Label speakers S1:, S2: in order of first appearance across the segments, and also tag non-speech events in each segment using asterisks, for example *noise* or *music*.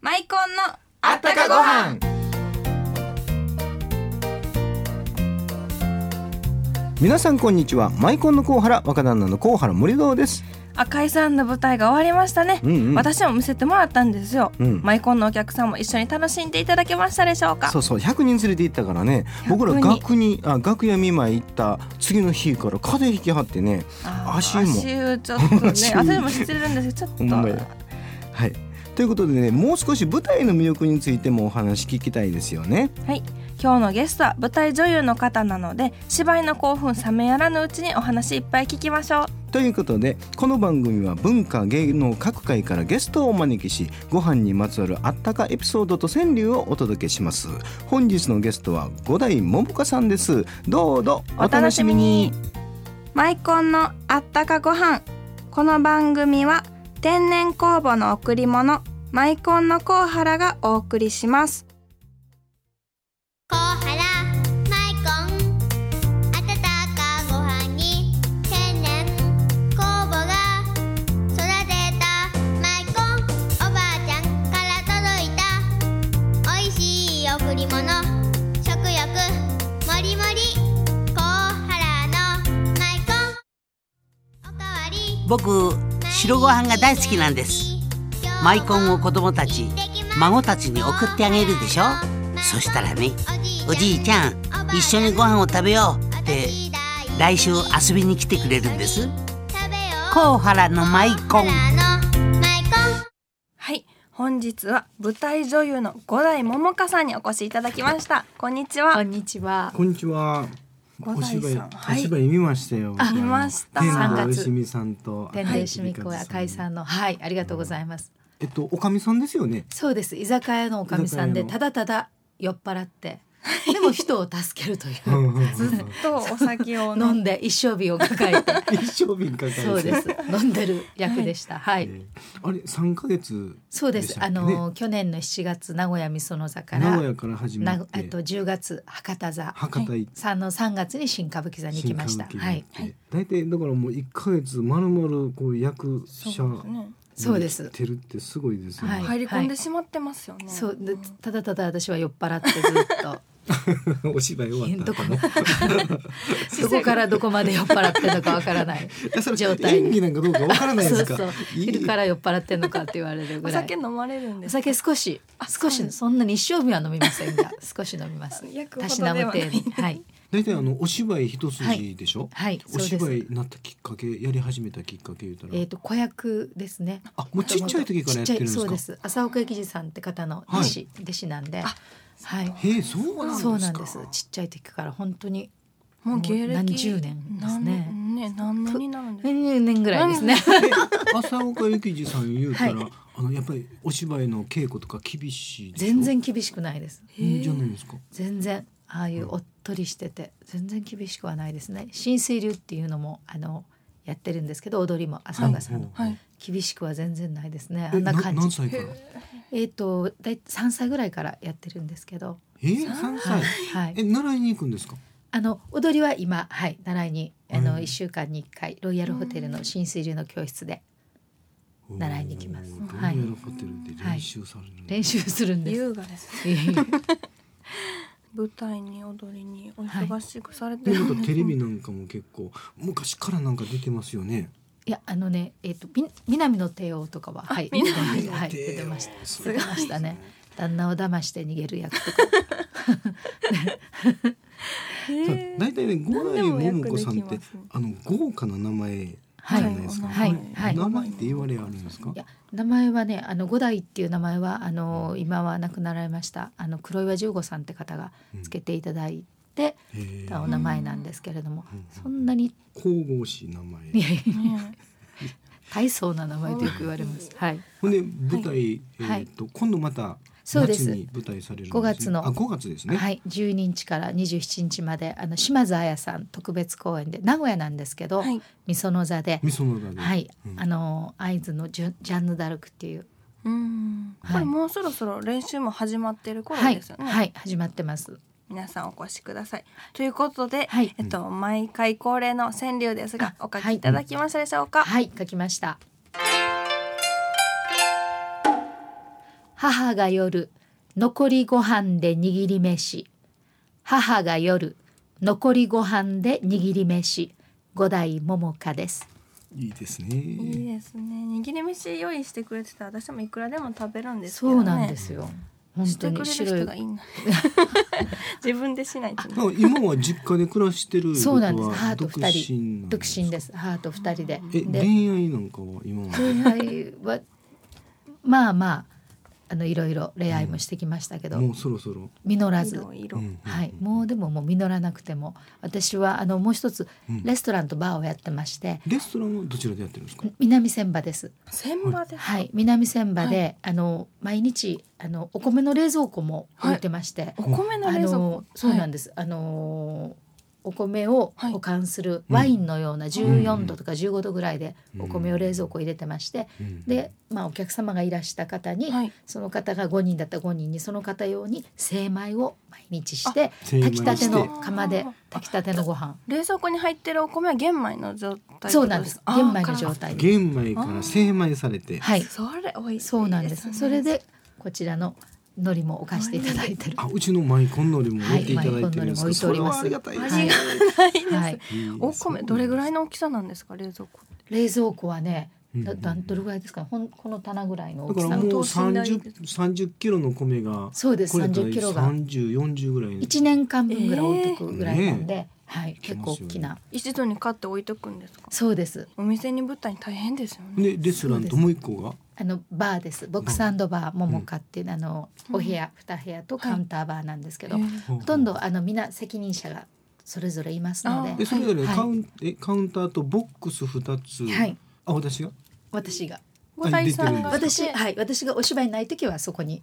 S1: 大根の
S2: あったかご飯
S3: 皆さんこんにちはマイコンのコウハラ若旦那のコウハラ森堂です
S1: 赤井さんの舞台が終わりましたね、
S3: うんうん
S1: 私も見せてもらったんですよ、
S3: うん
S1: マイコンのお客さんも一緒に楽しんでいただけましたでしょうか
S3: そうそう100人連れて行ったからね僕ら
S1: 100人
S3: 楽にあ楽屋見舞い行った次の日から風邪ひきはってね
S1: あー
S3: 足も
S1: 足湯ちょっと
S3: *laughs*
S1: ね
S3: 足湯
S1: 足湯もしてるんですけどちょ
S3: ほ
S1: っ
S3: ん
S1: と
S3: まやはいということでねもう少し舞台の魅力についてもお話聞きたいですよね
S1: はい今日のゲストは舞台女優の方なので芝居の興奮冷めやらぬうちにお話いっぱい聞きましょう
S3: ということでこの番組は文化芸能各界からゲストをお招きしご飯にまつわるあったかエピソードと川柳をお届けします本日のゲストは五代桃香さんですどうぞお楽しみに
S1: マイコンのあったかご飯この番組は天然酵母の贈り物マイコンのコウハラがお送りします
S4: コハラマイコン温かご飯に天然酵母が育てたマイコンおばあちゃんから届いたおいしい贈り物食欲もりもりコハラのマイコンおかわり
S5: 僕白ご飯が大好きなんですマイコンを子供たち孫たちに送ってあげるでしょそしたらねおじいちゃん一緒にご飯を食べようって来週遊びに来てくれるんです甲原のマイコン
S1: はい本日は舞台女優の五代桃香さんにお越しいただきましたこんにち
S6: こ
S1: は
S6: んにちは。
S3: こんにちは
S1: 五代さんは
S7: お芝
S1: い
S7: 居見ましたよ。
S1: 見ました
S7: 天童
S6: 三
S7: 上
S6: 月
S7: 島さんと
S6: 天
S7: 赤
S6: 然
S7: 井
S6: シミ
S7: 響
S6: コや
S7: 和
S6: 赤井さんの、はい、ありがとうございます。
S7: えっとおかみさんですよね。
S6: そうです。居酒屋のおかみさんで、
S7: 居酒屋
S6: ただただ酔っ払 *laughs* って。でも人を助けるとい
S7: うん
S6: う。
S7: うんうん
S1: ずっとお酒を飲
S6: 飲
S1: んで
S6: んで一生日を抱えて。
S7: 一生瓶かか
S6: *laughs* そうです。飲んでる役でした。はい。
S7: あれ三ヶ月
S6: そうで。
S7: ですした
S6: あ
S7: っけね
S6: の去年の7月名古屋みその座か
S7: 名
S6: ら
S7: 古。屋から始
S6: な
S7: ま
S6: ご
S7: っ
S6: え
S7: て
S6: っと10月博多座
S7: 博多行って
S6: さんの3月に新歌舞伎座に行きました。
S7: 新
S6: は
S7: 歌舞伎
S6: い
S7: に。行って大体だからもう一ヶ月まるまるこう役者
S1: そうですね
S6: そうです。
S7: てるってすごいですよ
S6: はい
S7: ね。
S1: 入り込んでしまってますよね、
S6: そうで
S1: ん
S6: ただただ私は酔っ払ってずっと。
S7: *laughs* お芝居終わった
S6: どこ
S7: 後の。
S6: *laughs* どこからどこまで酔っ払ってるのかわからない
S7: それ
S6: 状態
S7: 演技なんかどうかわからないで
S6: そ
S7: す
S6: う
S7: か
S6: そう。
S7: いい
S6: 昼から酔っ払ってんのかって言われる
S1: お
S6: ぐらい
S1: 酒飲まれるんで
S6: お
S1: す
S6: 酒少し
S1: あ
S6: 少
S1: そうなん
S6: し
S1: です
S6: そんなに一生瓶は飲みませんが *laughs* 少し飲みます
S1: 約
S6: た
S1: ほ
S6: し
S1: ど
S6: な
S1: で
S6: む
S1: は
S6: 程
S1: ない
S6: 度にはい
S7: 大体あのお芝居一筋でしょ。
S6: はい
S7: お
S6: そうで
S7: 芝居
S6: す
S7: になったきっかけやり始めたきっかけ言ったら。
S6: えっと子役ですね
S7: あもうちっちゃい時からやってるんです
S6: ちっちゃいそう
S7: か
S6: で。す浅岡義二さんって方の弟子弟子なんではい
S7: へえそうなんですか。
S6: そうなんですちっちゃい時から本当に
S1: もう芸歴
S6: 何十年ですね
S1: 何ね何年になるんですか
S6: 20年ぐらいですね
S7: え朝岡幸二さん言うたら、
S6: はい
S7: あのやっぱりお芝居の稽古とか厳しいでしょ
S6: *laughs* 全然厳しくないです
S7: いいじゃないですか。
S6: 全然ああいうおっとりしてて全然厳しくはないですね新水流っていうのもあのやってるんですけど踊りも浅
S7: は
S6: 岡
S7: い
S6: さんの、
S1: はい
S6: 厳しくは全然ないですねあ
S7: え
S6: んな感
S7: 何
S6: じ
S7: 歳から？
S6: えっ、とだい三歳ぐらいからやってるんですけど
S7: えー、三歳。
S6: はい
S7: え習いに行くんですか？
S6: あの踊りは今はい習いにあの
S7: はい
S6: 一週間に一回ロイヤルホテルの新水流の教室で習いに行きます
S7: おー
S6: はい
S7: ロイヤルホテルで練習されるの。
S6: 練習するんです。
S1: 優雅ですね
S6: いえいえ
S1: 舞台に踊りにお忙しくされて
S7: で
S1: る
S7: な
S1: ん
S7: ん
S1: で
S7: か
S1: す
S7: テ
S1: ね
S7: レビなんかも結構昔からなんか出てますよね。
S6: いやあのねえっ、とみ南の帝王とかははい
S1: 南
S6: はい出てました出てましたね旦那を騙して逃げる役とか
S7: そう
S1: へえ
S7: 大体ね五代桃子さんっ
S1: 何でもよくでき
S7: て
S1: ますね
S7: あの豪華な名前
S6: はい
S7: じゃないですか。
S6: はいはい
S7: 名前って言われあるんですか
S6: い。や名前はねあの五代っていう名前はあの今は亡くなられましたあの黒岩十五さんって方がつけていただいて、
S7: へー
S6: たお名前なんですけれども、
S7: うん
S6: そんなに
S7: 神々しい名前。
S6: いやいや
S1: ね
S6: 大層な名前とよく言われます。はい
S7: ほんで舞台、
S6: はい
S7: えっと今度また
S6: そうです
S7: 夏に舞台されるんです、ね、
S6: 5月の
S7: あ5月ですね。
S6: はい、12日から27日まであの島津彩さん特別公演で名古屋なんですけど、
S1: はい
S6: みその座で、
S7: 味噌のだね。
S6: はい
S7: うん
S6: あの会津のジュジャンヌ・ダルクっていう、
S1: うんこれもうそろそろ練習も始まってる頃
S6: はい
S1: ですよね、
S6: はい、始まってます。
S1: 皆さんお越しくださいということで、
S6: はい
S1: えっと毎回恒例の川柳ですがお
S6: あ
S1: 書きいただきましたでしょうか、
S6: はい、書きました。母が夜残りご飯で握り飯母が夜残りご飯で握り飯五代桃香です
S7: いいです
S1: いい
S7: ね。
S1: ですね握り飯用意してくれてたら私もいくらでも食べるんですけ
S6: そ
S1: どね
S6: うなんですよ本
S1: して
S6: 当
S1: くれる
S6: に白
S1: 人が
S6: い
S1: いいな自分でしないとね
S7: なんか今は実家で暮らしてる
S6: そうなんです
S7: 僕は
S6: 母と二人
S7: 独
S6: 独
S7: 身
S6: 身
S7: なん
S6: で
S7: です
S6: す母と二人で
S7: え
S6: で
S7: 恋愛なんかは今は
S6: 恋愛はまあまああのいろいろ恋愛もしてきましたけど、
S7: もうそろそろ。
S6: 実らず
S1: 色色、
S7: うん
S6: はい、もうでももう実らなくても私はあのもう一つ
S7: うん
S6: レストランとバーをやってまして、
S7: レストランはどちらでやってるんですか。
S6: 南千葉です、
S1: 千葉で、
S6: はい、南千葉で、あの毎日あのお米の冷蔵庫も置いてまして、
S1: お米の
S6: あ
S1: 冷蔵庫、
S6: のそうなん
S1: で
S6: です、あのお米を
S1: はい
S6: 保管する
S7: うん
S6: ワインのような14度とか15度ぐらいでお米を冷蔵庫入れてまして、
S7: うん
S6: で、まあ、お客様がいらした方に、
S1: はい
S6: その方が5人だったら5人にその方用に精米を毎日して
S7: 精米
S6: 炊きたて
S7: し
S6: の
S7: て
S6: 釜で炊きたてのご飯
S1: 冷蔵庫に入ってるお米は玄米の状態ってこと
S6: そうなんです
S1: あー
S6: 玄米の状態で
S7: 玄米から精米されて。
S6: はい
S1: それ美味しいです、ね、
S6: そうなんですそれでこちらの海苔も置かしていただいてる
S7: あ、うちのマイコンのりも置いていただいてるんです
S6: はい
S7: か。それはあ
S6: マイコンの
S7: り
S6: りも
S7: が
S6: 置
S7: た
S6: い
S7: い
S6: て
S7: で
S6: おります
S7: すね。
S1: ないです、
S6: はい
S1: お米どれぐらい
S7: の。
S1: の大きさなんですか冷蔵庫
S6: 冷蔵庫はねだ
S7: うん
S6: だどれぐらいですかほんこの棚ぐらいの
S7: だから
S6: 大きさ
S7: もう
S1: 等身
S7: 三
S1: 大
S7: 十
S1: です
S7: 三十キロの米が。
S6: そうです30キロが
S7: 三十四十ぐらいの。
S6: 1年間分ぐらい置いとくぐらいなんで、はい、
S7: き
S6: 結
S7: ますよ
S6: 構
S7: ね
S6: 大きな
S1: 一度に買って置いとくんですか
S6: そうです
S1: お店にぶったに大変ですよね
S7: でレストランともう一個が
S6: あのバーですボックスバーももかっていうあの
S1: うん
S6: お部屋2部屋とカウンターバーなんですけど、
S1: えー
S7: ほ
S6: ほとんどあの皆責任者がそれぞれいますの
S1: あ
S6: で
S7: でそれぞれ
S6: はい
S7: カウン、えカウンターとボックス二つ、
S6: はい、
S7: あ私が
S6: 私が
S1: 五代さんが
S7: あ出
S6: 私
S1: い
S6: はい私がお芝居ない時はそこに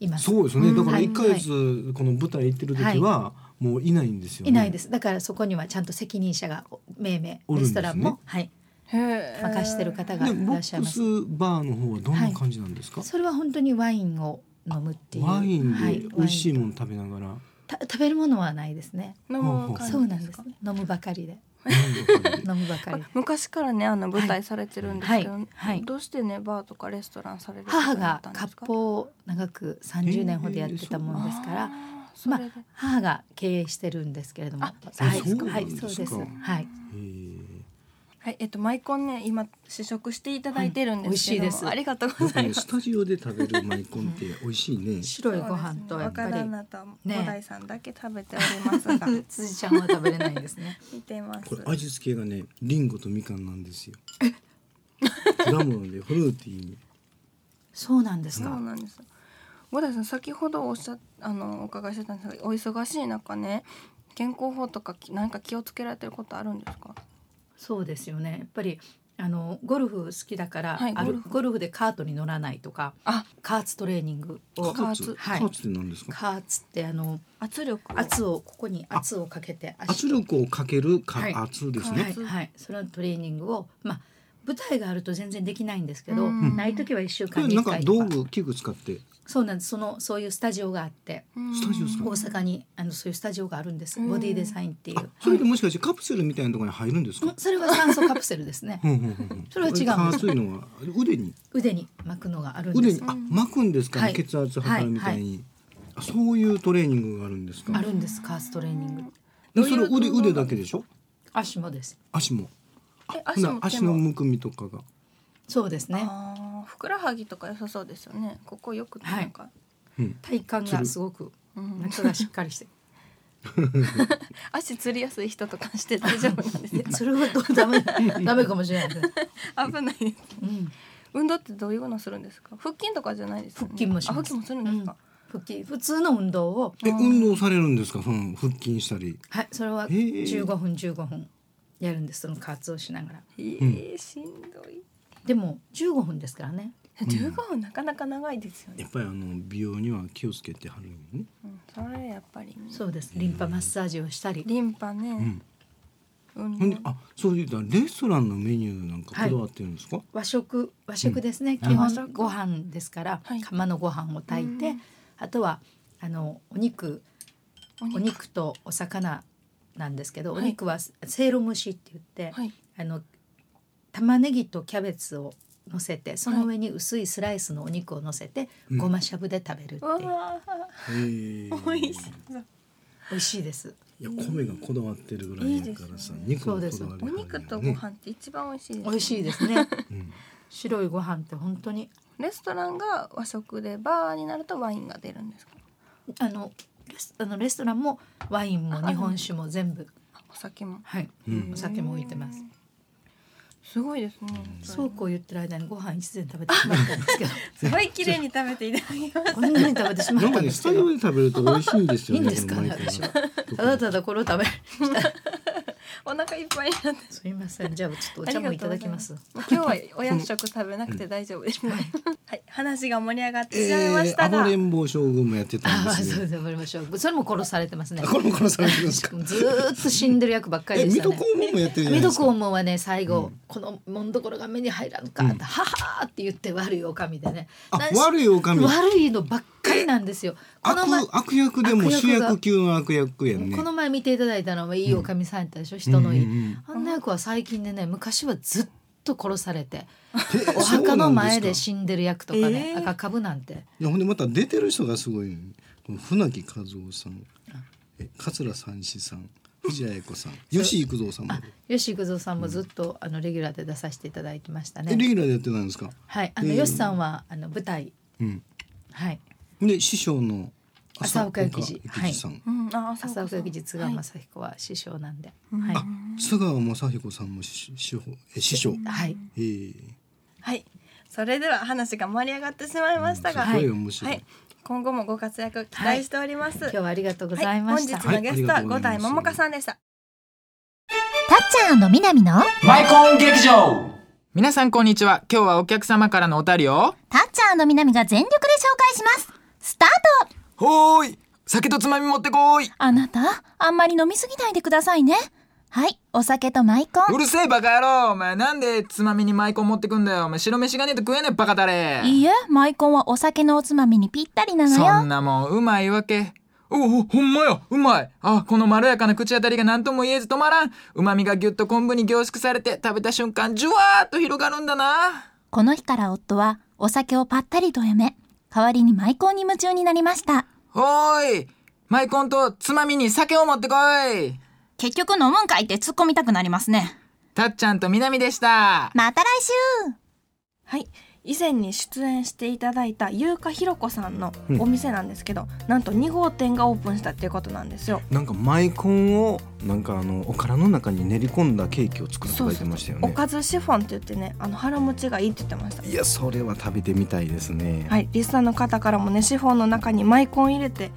S6: います
S7: そうですねだから
S6: はい
S7: 一ヶ月この舞台行ってる時はもういないんですよ、ね
S6: いないですだからそこにはちゃんと責任者が命名
S7: おるん
S6: レ
S7: ですね
S6: ストランも、はい
S1: へー
S6: 任してる方
S7: で
S6: が
S7: ボ
S6: いらっし
S7: ッ
S6: ゃい
S7: ク
S6: ます
S7: スバーの方はどんな感じなんですか、
S6: それは本当にワインを飲むっていう
S7: ワイン
S6: は
S7: で美味しい
S6: ワイン
S7: もの食べなが
S6: *laughs*
S7: ら、
S6: た食べるものはないですね
S1: 飲む感じ
S6: そうなんです飲むばかりで
S7: 何を食べて
S6: 飲むばか
S1: あ
S6: りで
S1: 昔からねあの舞台されてるんですけど、
S6: はいはい
S1: どうしてねバーとかレストランされること
S6: 母
S1: になっ
S6: が
S1: たんです
S6: 割
S1: か
S6: 烹を長く30年ほどやってたものですから、
S1: あーそ
S6: ま
S1: れ
S6: あ
S1: で、
S6: 母が経営してるんですけれども、
S1: あ
S6: はい、
S7: そうなん
S6: はい
S7: ですか
S6: そうです、はい、
S7: えー
S1: はいえっとマイコンね今試食していただいてるんですけど、
S6: はい美味しいです
S1: ありがとうご
S7: なん
S1: ざ
S7: か
S1: い
S7: ね
S1: ます
S7: スタジオで食べるマイコンって美味しい
S6: *laughs*
S7: ね
S6: 白いご飯とやっぱ
S1: 若
S6: り、
S1: 旦那と
S6: ね
S1: 五代さんだけ食べております *laughs* が、
S6: 辻ちゃんは食べれないんですね。
S1: 見てます
S7: これ味付けがねリンゴとみかんなん
S6: *laughs*
S7: ですよ果物でフルーティーに
S6: そうなんです
S1: そう
S6: か。
S1: なんです五代さん先ほどおっしゃあのお伺いしてたんですがお忙しい中ね健康法とかきなんか気をつけられてることあるんですか
S6: そうですよね。やっぱりあのゴルフ好きだから、
S1: はい
S6: あ
S1: ゴ
S6: る
S1: ル
S6: ゴ
S1: フ
S6: ルフでカートに乗らないとか、
S1: あ
S6: カーツトレーニング
S1: カ
S6: を
S7: カ
S1: ー
S7: ー
S1: ツ
S7: ツ、
S6: はい
S7: カーツって何ですか
S6: カーツってあの
S1: 圧力を
S6: 圧をここに圧をかけて
S7: 圧力をかけるか、
S6: はい
S7: 圧です
S6: は
S7: ね
S6: い、はい、それのトレーニングをまあ舞台があると全然できないんですけど、
S1: うん
S6: ない時は一週
S7: これ
S6: 間に
S7: なん
S6: 一
S7: か
S6: 回と
S7: 道
S6: か
S7: 具器具使って
S6: そうなんですそのそういうスタジオがあって
S1: ス
S7: スタジオですか
S6: 大阪にあのそういうスタジオがあるんです
S1: うん
S6: ボディデザインっていう
S7: あそれでもしかしてカプセルみたいなところに入るんです
S6: うん
S7: か、
S6: それは酸素カプセルですね
S7: うんうんうんうん
S6: それは違うんです
S7: カーツいうのは腕に
S6: 腕に巻くのがあるん
S7: 腕
S6: で
S7: に
S6: す
S7: あ巻くんですか、
S6: はい
S7: 血圧測るみたいに、あそういうトレーニングがあるんですか
S6: あるんですカーストレーニング
S7: でそれ腕腕だけでしょ
S6: 足もです
S7: 足もあ
S1: え足も手
S7: ほな
S1: も
S7: 足のむくみとかが
S6: そうですね
S1: あーふくらはぎとか良さそうですよねここよく
S6: はい
S1: なんか、
S6: 体幹がすごく
S1: うん
S6: 中がしっかりして
S1: 足つりやすい人とかして大丈夫なん
S6: *laughs*
S1: ですよ
S6: それはどうダメダメかもしれないですね、
S1: 危ないです
S6: うん、
S1: 運動ってどういうのするんですか腹筋とかじゃないですよね
S6: 腹筋もし
S1: あ
S6: ます
S1: 腹筋もするんですか、
S6: 腹筋普通の運動を
S7: え運動されるんですかその腹筋したり
S6: はいそれは
S7: へー
S6: 15分15分やるんですその加圧をしながら
S1: えー、しんどい
S6: でも15分ですからね
S1: 15分なかなか長いですよね
S7: や、っぱりあの美容には気をつけてはるんよね
S1: うん、それやっぱり、ね、
S6: そうですリンパマッサージをしたり
S1: リンパね、運
S7: ほんで
S1: 動
S7: あそういうたらレストランのメニューなんかこだわってるんですか、
S6: 和食和食ですね、
S1: うん
S6: 基
S1: あ和食
S6: 本ご飯ですから、
S1: はい
S6: 釜のご飯を炊いて、
S1: うん
S6: あとはあのお肉
S1: お
S6: お肉とお魚なんですけど、
S1: はい
S6: お肉はせいろ蒸しって言って、
S1: はい
S6: あの玉ねぎとキャベツを乗せてその上に薄いスライスのお肉を乗せて、
S7: うん
S6: ごましゃぶで食べるっていう、
S1: わ
S7: へえ
S1: ー美味しそう
S6: 美味しいです
S7: いや米がこだわってるぐらいやからさ、肉もこだわり
S6: そう
S1: お
S7: がね
S1: 肉とご飯って一番美味しいです、
S6: 美味しいですね
S7: うん
S6: 白いご飯って本当に
S1: レストランが和食でバーになるとワインが出るんですか
S6: あのレスあのレストランもワインも日本酒も全部
S1: お酒も
S6: はい、
S7: うん
S6: お酒も置いてます
S1: すごいですね
S6: そうこう言ってる間にご飯一膳食べてしまったんですけど
S1: すごい綺麗に食べていただきま
S6: こんなに食べてしまっ
S7: なんか
S6: たん
S7: ね
S6: で
S7: ス
S6: す
S7: タ
S6: け
S7: ジオ
S6: ど
S7: で食べると美味しいんですよね
S6: いいんですかね私はただただこれを食べる
S1: お腹いっぱいになって
S6: すいませんじゃあちょっ *laughs* とお茶もいただきます
S1: 今日はお夜食食べなくて大丈夫ですね *laughs* はい話が盛り上がってしまいました
S7: 暴
S1: が、
S7: れん坊将軍もやってたん
S6: あ
S7: で
S6: あ
S7: す
S6: そ
S7: ね
S6: うでわりましょうそれも殺されてますね
S7: あこれも殺されてるんですか
S6: ずーっと死んでる役ばっかり
S7: え
S6: でし
S7: 水
S6: た
S7: 戸黄
S6: ね
S7: 門もやってるじゃないで
S6: 水戸
S7: す
S6: 黄
S7: か
S6: 門はね最後、このもんどころが目に入らんかって、ははーって言って悪い狼でね
S7: あ
S6: なんし
S7: 悪い狼
S6: 悪いのばっかりなんですよこの前
S7: 悪悪役でも
S6: 悪役
S7: 主
S6: が
S7: 役級の悪役やんね
S6: この前見ていただいたのはいいおかみさんやったでしょ、人のいい、
S7: うんうんうん
S6: あんな役は最近でね昔はずっと殺されて
S7: え
S6: お
S7: そうな
S6: 墓
S7: ん
S6: の前
S7: で
S6: です
S7: か
S6: 死んでる役とかね、
S1: えー
S6: 赤株なんて
S7: いやほんでまた出てる人がすごい、ね、この船木和夫さんえ桂三枝さん藤あや子さん吉幾三さんも
S6: 吉幾三さんもずっと、あのレギュラーで出させていただいてました
S7: えレ
S6: ね
S7: ギュラーでやってないんですか
S6: はいあの、
S7: えー
S6: 吉さんはあの舞台
S7: うん
S6: はい
S7: で師匠の
S6: 朝岡幸治
S7: 朝岡幸治さん、
S1: うん、ああ
S6: 朝岡
S1: そうか
S6: 義実津川雅彦は師匠なんで、
S1: はい
S6: はい
S7: あ津川雅彦さんも師師匠え師匠
S6: はい、
S7: えー
S1: はいそれでは話が盛り上がってしまいましたが、
S7: すごい面白い、
S1: はい、今後もご活躍期待しております、
S6: 今日はありがとうございました、
S1: はい、本日のゲストは五代桃香さんでした、
S2: たっちゃんのみなみの
S8: マイコン劇場
S9: 皆さんこんにちは今日はお客様からのお便りを
S2: たっちゃんのみなみが全力で紹介しますスタート
S9: ほーい酒とつまみ持ってこーい
S2: あなたあんまり飲みすぎないでくださいねはいお酒とマイコ
S9: うるせえバカ野郎お前なんでつまみにマイコン持ってくんだよお前白飯がねえと食えねえバカだれ
S2: ンいいえマイコンはお酒のおつまみにぴったりなの
S9: そん
S2: よ
S9: なもんうまいわけおおほんまやうまいあこのまろやかな口当たりが何とも言えず止まらんうまみがぎゅっと昆布に凝縮されて食べた瞬間ジュワーっと広がるんだな
S2: この日から夫はお酒をぱったりとやめ代わりにマイコンに夢中になりました
S9: おーいマイコンとつまみに酒を持ってこい
S2: 結局飲むんかいって突っ込みたくなりますね
S9: たっちゃんとみなみでした
S2: また来週
S1: はい以前に出演していただいた優香ひろ子さんのお店なんですけど、なんと2号店がオープンしたっていうことなんですよ
S3: なんかマイコンをなんかあのおからの中に練り込んだケーキを作るって書いてましたよ
S1: お
S3: ね
S1: かずシフォンって言ってねあの腹持ちがいいって言ってました
S3: いやそれは食べてみたいですね、
S1: はいリスナーの方からもねシフォンの中にマイコン入れて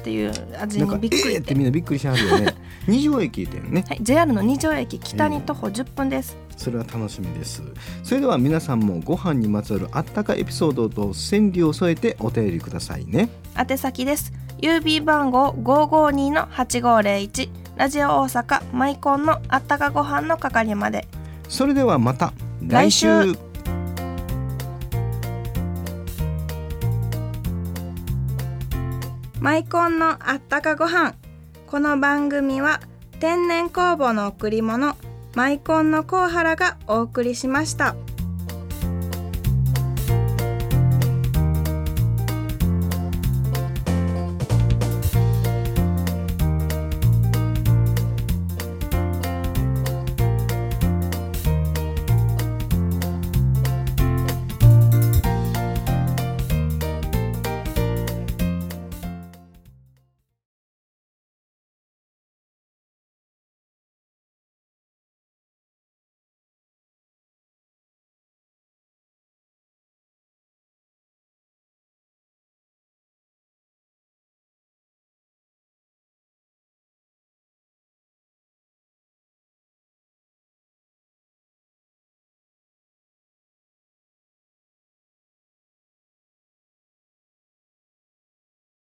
S1: っていう味
S3: なん
S1: に
S3: か
S1: びっく
S3: え
S1: り
S3: ー
S1: っ
S3: って
S1: て、
S3: みんなびっくりしはるよね二条駅だよね
S1: はい、JR の二条駅北に徒歩10分です、
S3: それは楽しみですそれでは皆さんもご飯にまつわるあったかエピソードと川柳を添えてお便りくださいね
S1: 宛先です郵便番号552-8501ラジオ大阪マイコンのあったかご飯の係まで
S3: それではまた
S1: 来週
S3: 来週
S1: マイコンのあったかご飯この番組は天然酵母の贈り物マイコンのコウハラがお送りしました。